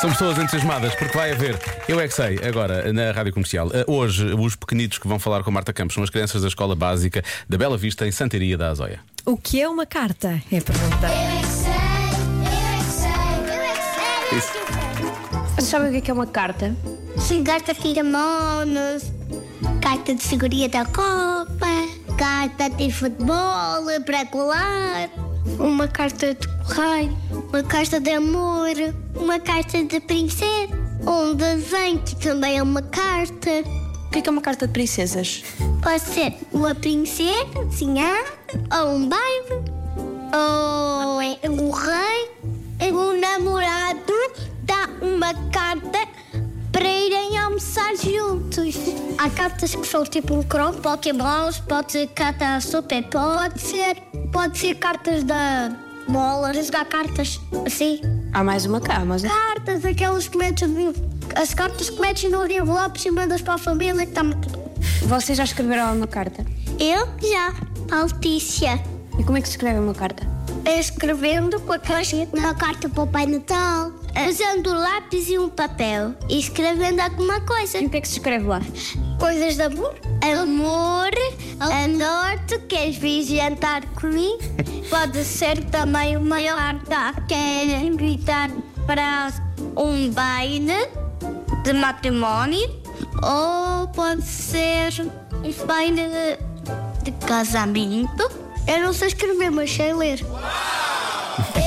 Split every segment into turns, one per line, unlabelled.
São pessoas entusiasmadas, porque vai haver. Eu é que sei, agora, na rádio comercial. eh, Hoje, os pequenitos que vão falar com a Marta Campos são as crianças da escola básica da Bela Vista, em Santaria da Azóia.
O que é uma carta? É a pergunta.
Vocês sabem o que é que é uma carta?
Sim, carta firmonos, carta de segurança da Copa, carta de futebol para colar, uma carta de correio, uma carta de amor, uma carta de princesa, um desenho que também é uma carta.
O que é que é uma carta de princesas?
Pode ser uma princesinha, ou um baile, ou é um rei, é um namorado, dá uma carta para irem almoçar juntos. Há cartas que são tipo um cron, pokémons, pode ser carta super, pode ser, pode ser cartas da bola, jogar cartas assim.
Há mais uma cá, mas
Cartas, aquelas que metes no- as cartas que metes no envelope e mandas para a família que tá está
vocês já escreveram uma carta.
eu já, Altícia,
E como é que se escreve uma carta?
escrevendo com a caixa na carta para o Pai Natal, usando lápis e um papel, e escrevendo alguma coisa.
E o que é que se escreve lá?
Coisas de amor? Amor, a norte, queres vir jantar comigo? Pode ser também uma carta, queres invitar para um baile de matrimónio? Ou pode ser um baile de casamento? Eu não sei escrever, mas sei ler.
Eu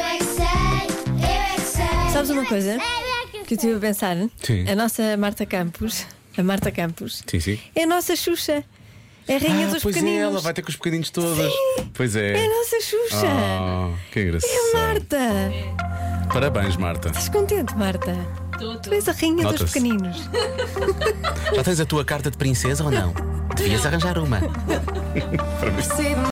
é que sei, eu é que sei.
Sabes uma coisa
é
que eu estive a pensar?
Sim.
A nossa Marta Campos, a Marta Campos,
Sim, sim.
é a nossa Xuxa. É a rainha dos
pois é, ela
pequeninos.
vai ter com os pequeninos todas. Pois é.
É a nossa Xuxa.
Oh, que engraçado.
É a Marta.
Parabéns, Marta.
Estás contente, Marta? Tu és a rainha dos
Nota-se.
pequeninos.
Já tens a tua carta de princesa ou não? Devias arranjar uma.